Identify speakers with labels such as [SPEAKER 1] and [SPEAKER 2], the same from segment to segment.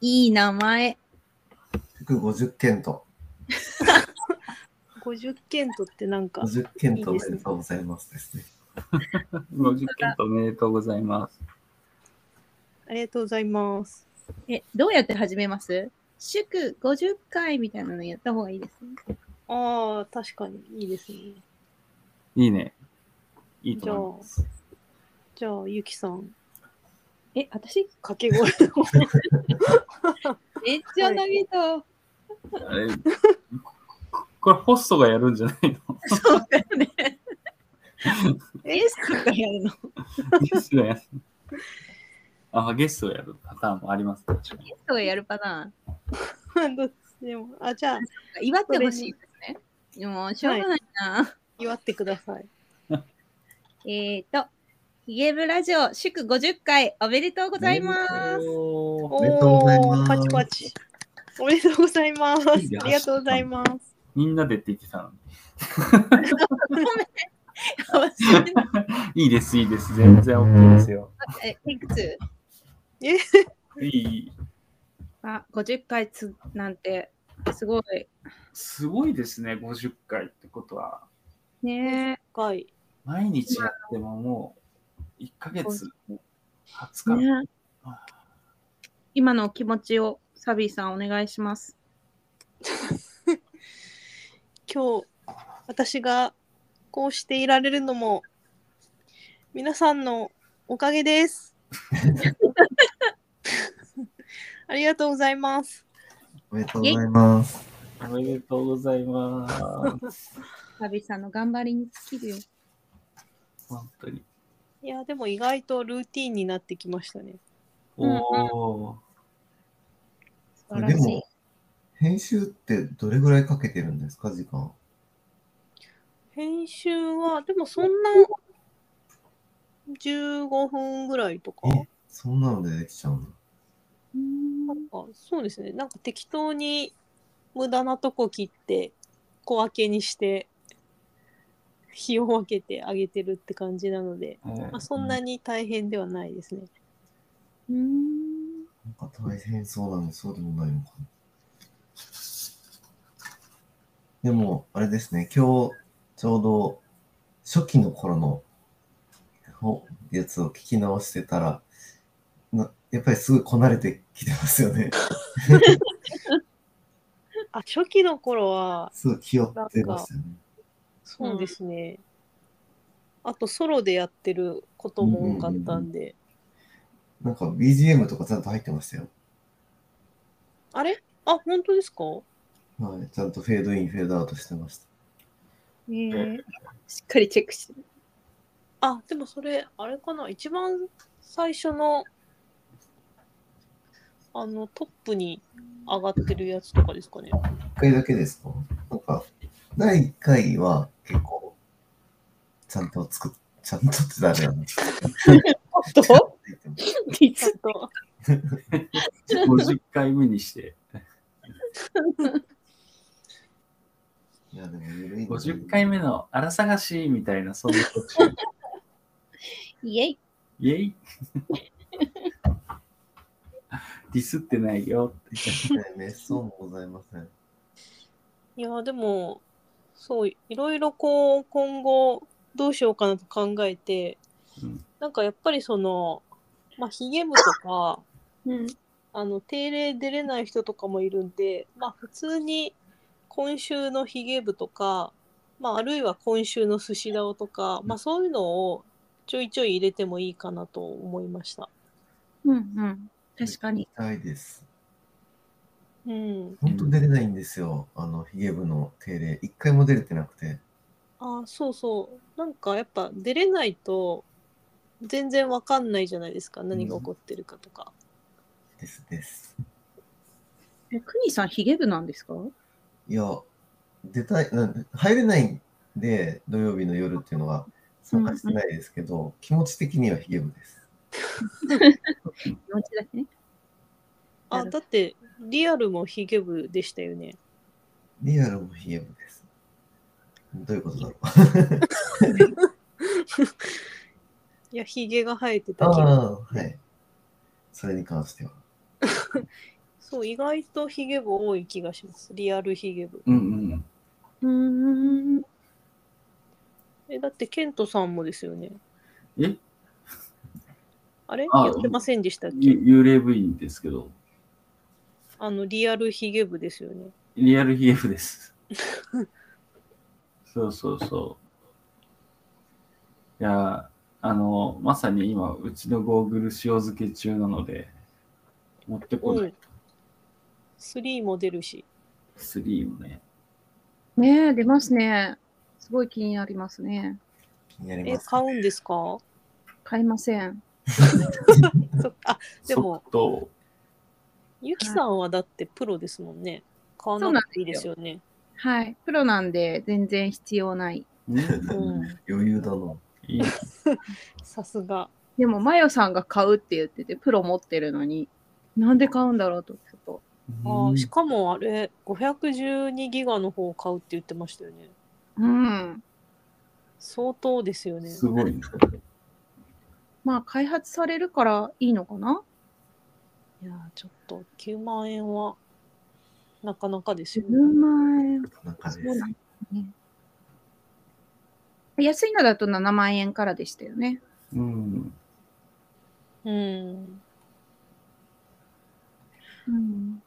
[SPEAKER 1] いい名前。
[SPEAKER 2] 150件と、
[SPEAKER 3] 50件とってなんか、
[SPEAKER 2] 50件とお
[SPEAKER 3] い
[SPEAKER 2] め
[SPEAKER 3] いですね
[SPEAKER 2] でとうございますですね。
[SPEAKER 4] 50件とおめでとうございます。
[SPEAKER 3] ありがとうございます。
[SPEAKER 1] え、どうやって始めます祝50回みたいなのやった方がいいですね。
[SPEAKER 3] ああ、確かにいいですね。
[SPEAKER 4] いいね。いい
[SPEAKER 3] じ
[SPEAKER 4] と
[SPEAKER 3] ゃあ
[SPEAKER 4] 思う。、
[SPEAKER 3] じゃあ、ゆきさん、
[SPEAKER 1] え、私、
[SPEAKER 3] 掛け声を。
[SPEAKER 1] めっちゃ投げた。
[SPEAKER 4] あれ、 ここれホストがやるんじゃないの
[SPEAKER 1] そうだよ ね。エースとかやるの
[SPEAKER 4] ゲストがやる。あ、ゲストがやるパターンもあります。確かに。
[SPEAKER 1] 人がやるパターン。
[SPEAKER 3] どっちでも、あ、じゃあ、
[SPEAKER 1] 祝ってほしいですね。でも、しょうがないな。
[SPEAKER 3] 祝ってください。
[SPEAKER 1] えっ、ー、と、ヒゲブラジオ祝50回おめでとうございます。
[SPEAKER 4] おー
[SPEAKER 2] めでとうござい
[SPEAKER 3] お
[SPEAKER 2] ま
[SPEAKER 3] ー
[SPEAKER 2] す
[SPEAKER 3] パチパチ。おめでとうございます。あ
[SPEAKER 4] いや
[SPEAKER 3] りがとうございます。
[SPEAKER 4] みんなでって言ってたの。
[SPEAKER 1] 忘れない
[SPEAKER 4] いです、いいです。全然 OK ですよ。
[SPEAKER 1] えいくつ
[SPEAKER 4] いいいい。
[SPEAKER 1] あ、50回つなんて、すごい。
[SPEAKER 4] すごいですね、50回ってことは。
[SPEAKER 1] ねえ。
[SPEAKER 3] はい。
[SPEAKER 4] 毎日やってももう1ヶ月、20日。
[SPEAKER 1] ね今のお気持ちをサビーさんお願いします。
[SPEAKER 3] 今日、私がこうしていられるのも、皆さんのおか げです。ありがとうございます。
[SPEAKER 2] おめでとうございます。
[SPEAKER 4] おめでとうございます。
[SPEAKER 1] サビーさんの頑張りに尽きるよ。
[SPEAKER 4] 本当に。
[SPEAKER 3] いや、でも意外とルーティンになってきましたね。
[SPEAKER 4] おー。
[SPEAKER 1] 素晴ら
[SPEAKER 2] で
[SPEAKER 1] しい
[SPEAKER 2] も。、編集ってどれぐらいかけてるんですか、時間。
[SPEAKER 3] 編集は、でもそんな15分ぐらいとか。
[SPEAKER 2] えそんなのでできちゃうの
[SPEAKER 1] うん
[SPEAKER 3] なんかそうですねなんか適当に無駄なとこ切って小分けにして日を分けてあげてるって感じなので、まあ、そんな
[SPEAKER 4] に。
[SPEAKER 3] に大変ではないですね。
[SPEAKER 1] うん
[SPEAKER 2] なんか大変そうなの、そうでもないのかな。でも、あれですね、今日、ちょうど、初期の頃の、ほやつを聞き直してたら、なやっぱりすぐこなれてきてますよね。
[SPEAKER 3] あ初期の頃は
[SPEAKER 2] すぐ気負ってますよね。
[SPEAKER 3] そうですね、あとソロでやってることも多かったんで、
[SPEAKER 2] なんか BGM とかちゃんと入ってましたよ。
[SPEAKER 3] あれあ本当ですか
[SPEAKER 2] はい、ちゃんとフェードイン、フェードアウトしてました。
[SPEAKER 1] ねえしっかりチェックして。
[SPEAKER 3] あでもそれあれかな一番最初のあのトップに上がってるやつとかですかね。
[SPEAKER 2] 一回だけですかなんか、第1回は結構、ちゃんと作っ、ちゃんとって誰なの
[SPEAKER 1] どうい
[SPEAKER 3] ちゃ
[SPEAKER 1] つ
[SPEAKER 3] んと。
[SPEAKER 4] 50回目にして、
[SPEAKER 2] いや、でもゆるいな
[SPEAKER 4] 50回目のあら探しみたいな、そんな途中。
[SPEAKER 1] イエイ
[SPEAKER 4] イェイディスってないよって。
[SPEAKER 2] ねめっそうもございません。
[SPEAKER 3] いやでもそういろいろこう今後どうしようかなと考えて、
[SPEAKER 4] うん
[SPEAKER 3] なんかやっぱりそのまあヒゲ部とか
[SPEAKER 1] うん
[SPEAKER 3] あの定例出れない人とかもいるんでまあ普通に今週のヒゲ部とか、まあ、あるいは今週の寿司だおとか、まあ、そういうのをちょいちょい入れてもいいかなと思いました。
[SPEAKER 1] うんうん。確かに。
[SPEAKER 2] 痛いです。
[SPEAKER 3] うん、
[SPEAKER 2] 本当出れないんですよ。あの、ヒゲ部の定例。一回も出れてなくて。
[SPEAKER 3] あーそうそうなんかやっぱ出れないと全然わかんないじゃないですか何が起こってるかとか、
[SPEAKER 2] ですです。
[SPEAKER 1] え、くにさん、ヒゲ部なんですか
[SPEAKER 2] いや、出たい、なん入れないんで、土曜日の夜っていうのは参加してないですけど、気持ち的にはヒゲ部です。
[SPEAKER 1] 気持ちだけね。な
[SPEAKER 3] あ
[SPEAKER 1] る
[SPEAKER 3] だってリアルもヒゲ部でしたよね
[SPEAKER 2] リアルもヒゲ部です。どういうことだろう。
[SPEAKER 3] いやヒゲが生えてた
[SPEAKER 2] あ
[SPEAKER 3] けど
[SPEAKER 2] あ、はい。それに関しては。
[SPEAKER 3] そう、意外とヒゲ部多い気がします。リアルヒゲ部。
[SPEAKER 4] うんうん。
[SPEAKER 1] うん。
[SPEAKER 3] え、だって、ケントさんもですよね。
[SPEAKER 4] え
[SPEAKER 3] あれ
[SPEAKER 4] あ
[SPEAKER 3] 言ってませんでしたっけ
[SPEAKER 4] ゆ幽霊部員ですけど、
[SPEAKER 3] あの、リアルヒゲ部ですよね。
[SPEAKER 4] リアル EF です。そうそうそう。いや、あの、まさに今、うちのゴーグル塩漬け中なので、持ってこないと。
[SPEAKER 3] 3も出るし。
[SPEAKER 4] 3もね。
[SPEAKER 1] ねえ、出ますね。すごい気になりますね。
[SPEAKER 2] 気になり
[SPEAKER 3] え、
[SPEAKER 2] ます。
[SPEAKER 3] 買うんですかそ
[SPEAKER 1] 買いません。
[SPEAKER 3] っかあ、でも、
[SPEAKER 4] 即答
[SPEAKER 3] ゆきさんはだってプロですもんね。買わなくていいですよね。
[SPEAKER 1] はい。プロなんで全然必要ない。
[SPEAKER 4] ね、
[SPEAKER 3] うん。
[SPEAKER 2] 余裕だな。
[SPEAKER 4] いい
[SPEAKER 3] さすが。
[SPEAKER 1] でも、マヨさんが買うって言ってて、プロ持ってるのに、なんで買うんだろうと、ちょっと。
[SPEAKER 3] あーしかもあれ、512ギガの方を買うって言ってましたよね。
[SPEAKER 1] うん。
[SPEAKER 3] 相当ですよね。
[SPEAKER 4] すごいね。
[SPEAKER 1] まあ、開発されるからいいのかない
[SPEAKER 3] やーちょっと9万円はなかなかですよね。
[SPEAKER 1] ?10 万円。
[SPEAKER 2] なんか
[SPEAKER 1] そう
[SPEAKER 2] ね
[SPEAKER 1] な、んですね。安いのだと7万円からでしたよね。
[SPEAKER 4] うん。
[SPEAKER 3] うん。
[SPEAKER 1] うん。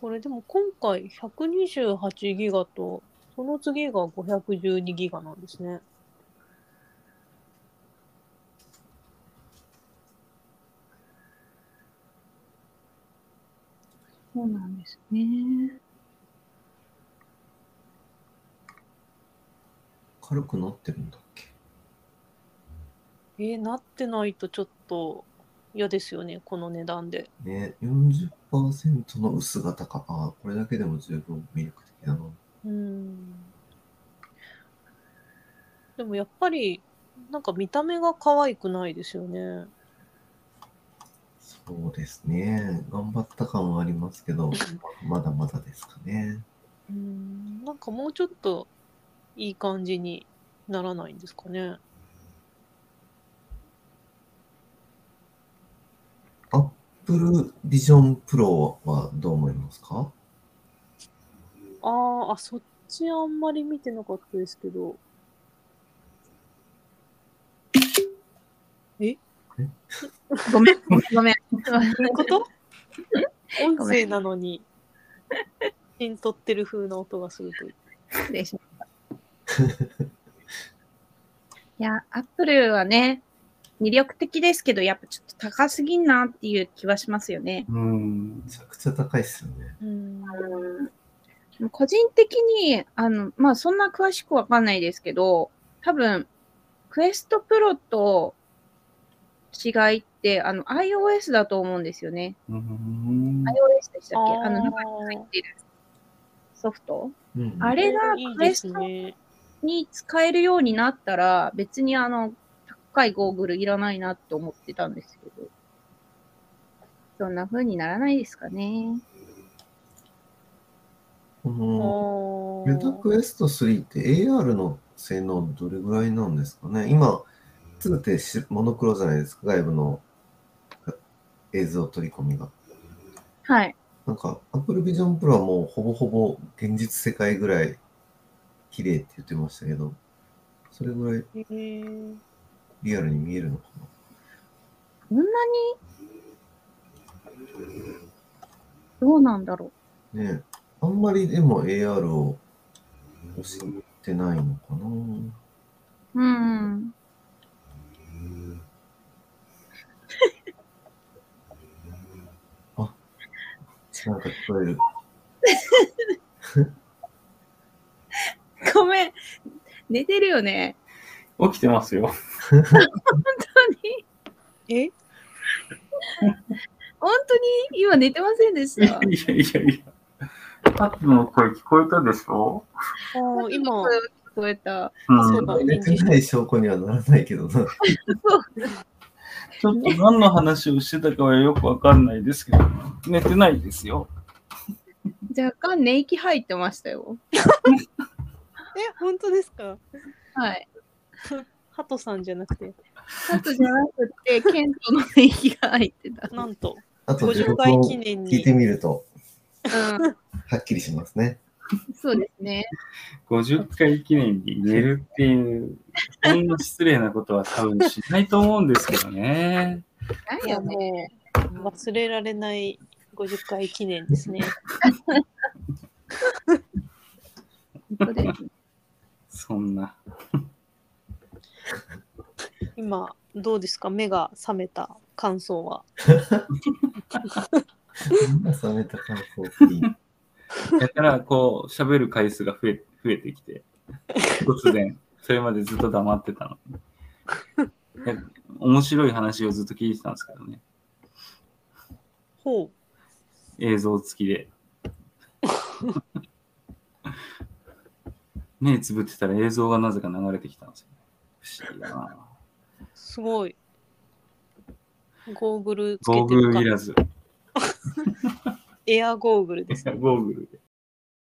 [SPEAKER 3] これでも今回128ギガとその次が512ギガなんですね。
[SPEAKER 1] そうなんですね。
[SPEAKER 2] 軽くなってるんだっけ
[SPEAKER 3] えーなってないとちょっと嫌ですよね、この値段で。
[SPEAKER 2] ね、40%の薄型か。あこれだけでも十分魅力的だな。
[SPEAKER 3] うん。でもやっぱりなんか見た目が可愛くないですよね。
[SPEAKER 2] そうですね。頑張った感はありますけど、まだまだですかね。
[SPEAKER 3] うん。なんかもうちょっといい感じにならないんですかね。
[SPEAKER 2] Apple Vision Pro はどう思いますか
[SPEAKER 3] あーあ、そっちあんまり見てなかったですけど。え
[SPEAKER 1] ごめん、 ごめん。
[SPEAKER 3] どういうこと 音声なのに、点取ってる風な音がするという。
[SPEAKER 1] 失礼しま した。いや、アップルはね、魅力的ですけど、やっぱちょっと高すぎんなっていう気はしますよね。
[SPEAKER 4] うん
[SPEAKER 2] め。ちゃくちゃ高いっすよね。
[SPEAKER 3] うん。
[SPEAKER 1] 個人的に、あの、まあ、そんな詳しくわかんないですけど、多分、クエストプロと違いって、あの、iOS だと思うんですよね。
[SPEAKER 4] うん。
[SPEAKER 1] iOS でした
[SPEAKER 3] あ
[SPEAKER 1] っけあの、
[SPEAKER 3] ー
[SPEAKER 1] 中に入ってるソフト
[SPEAKER 2] うん、
[SPEAKER 1] あれが
[SPEAKER 3] いい
[SPEAKER 1] クエ
[SPEAKER 3] で
[SPEAKER 1] ス
[SPEAKER 3] す
[SPEAKER 1] ト
[SPEAKER 3] ね。
[SPEAKER 1] に使えるようになったら、別にあの、高いゴーグルいらないなって思ってたんですけど、そんな風にならないですかね。
[SPEAKER 2] こ
[SPEAKER 3] あ
[SPEAKER 2] のメタ
[SPEAKER 3] ー
[SPEAKER 2] クエスト3って AR の性能どれぐらいなんですかね今、2ってしモノクロじゃないですか、外部の映像取り込みが。
[SPEAKER 1] はい。
[SPEAKER 2] なんか、Apple Vision Pro はもうほぼほぼ現実世界ぐらい綺麗って言ってましたけど、それぐらい
[SPEAKER 3] えー
[SPEAKER 2] リアルに見えるのかな
[SPEAKER 1] こんなにどうなんだろう。
[SPEAKER 2] ねえあんまりでも AR を推してないのかな
[SPEAKER 1] うん。
[SPEAKER 2] なんか聞こえる。
[SPEAKER 1] ごめん。寝てるよね。
[SPEAKER 4] 起きてますよ。
[SPEAKER 1] 本当に
[SPEAKER 3] え
[SPEAKER 1] 本当に今寝てませんで
[SPEAKER 4] い
[SPEAKER 1] し
[SPEAKER 4] や
[SPEAKER 1] た。
[SPEAKER 4] いやいやいや。さっきの声聞こえたでしょ
[SPEAKER 3] あー今、
[SPEAKER 1] 聞こえた。
[SPEAKER 4] うん
[SPEAKER 3] そうだね
[SPEAKER 2] 寝てない証拠にはならないけどな。
[SPEAKER 4] ちょっと何の話をしてたかはよくわかんないですけど、寝てないですよ。
[SPEAKER 1] 若干寝息入ってましたよ。
[SPEAKER 3] え、本当ですか
[SPEAKER 1] はい。
[SPEAKER 3] ハトさんじゃなくて、
[SPEAKER 1] あとじゃなくて、ケントの寝息が入ってた。
[SPEAKER 3] なんと。
[SPEAKER 2] あとで
[SPEAKER 3] 50
[SPEAKER 2] 録
[SPEAKER 3] 回
[SPEAKER 2] 音
[SPEAKER 3] 記念
[SPEAKER 2] 聞いて
[SPEAKER 3] に。
[SPEAKER 2] みると、
[SPEAKER 1] うん、
[SPEAKER 2] はっきりします ね。
[SPEAKER 1] そうですね。
[SPEAKER 4] 50回記念に寝るっていう、こんな失礼なことは多分しないと思うんですけどね。
[SPEAKER 1] ない
[SPEAKER 3] いや
[SPEAKER 1] よね。
[SPEAKER 3] もう忘れられない50回記念ですね。
[SPEAKER 1] 本当ですね
[SPEAKER 4] そんな。
[SPEAKER 3] 今どうですか目が覚めた感想は。
[SPEAKER 2] 目が覚めた感想っていい。
[SPEAKER 4] だから、こう、喋る回数が増え増えてきて、突然、 それまでずっと黙って たのに。いや面白い話をずっと聞いてたんですけどね。
[SPEAKER 3] ほ
[SPEAKER 4] 映像 付きで。目つぶってたら映像がなぜか流れてきたんですよ。不思議だな。
[SPEAKER 3] うすごい。ゴーグルつけ
[SPEAKER 4] ゴー
[SPEAKER 3] て
[SPEAKER 4] グ
[SPEAKER 3] る
[SPEAKER 4] ルい
[SPEAKER 3] から
[SPEAKER 4] ず。
[SPEAKER 3] エアゴーグルですね。
[SPEAKER 4] ゴーグルで。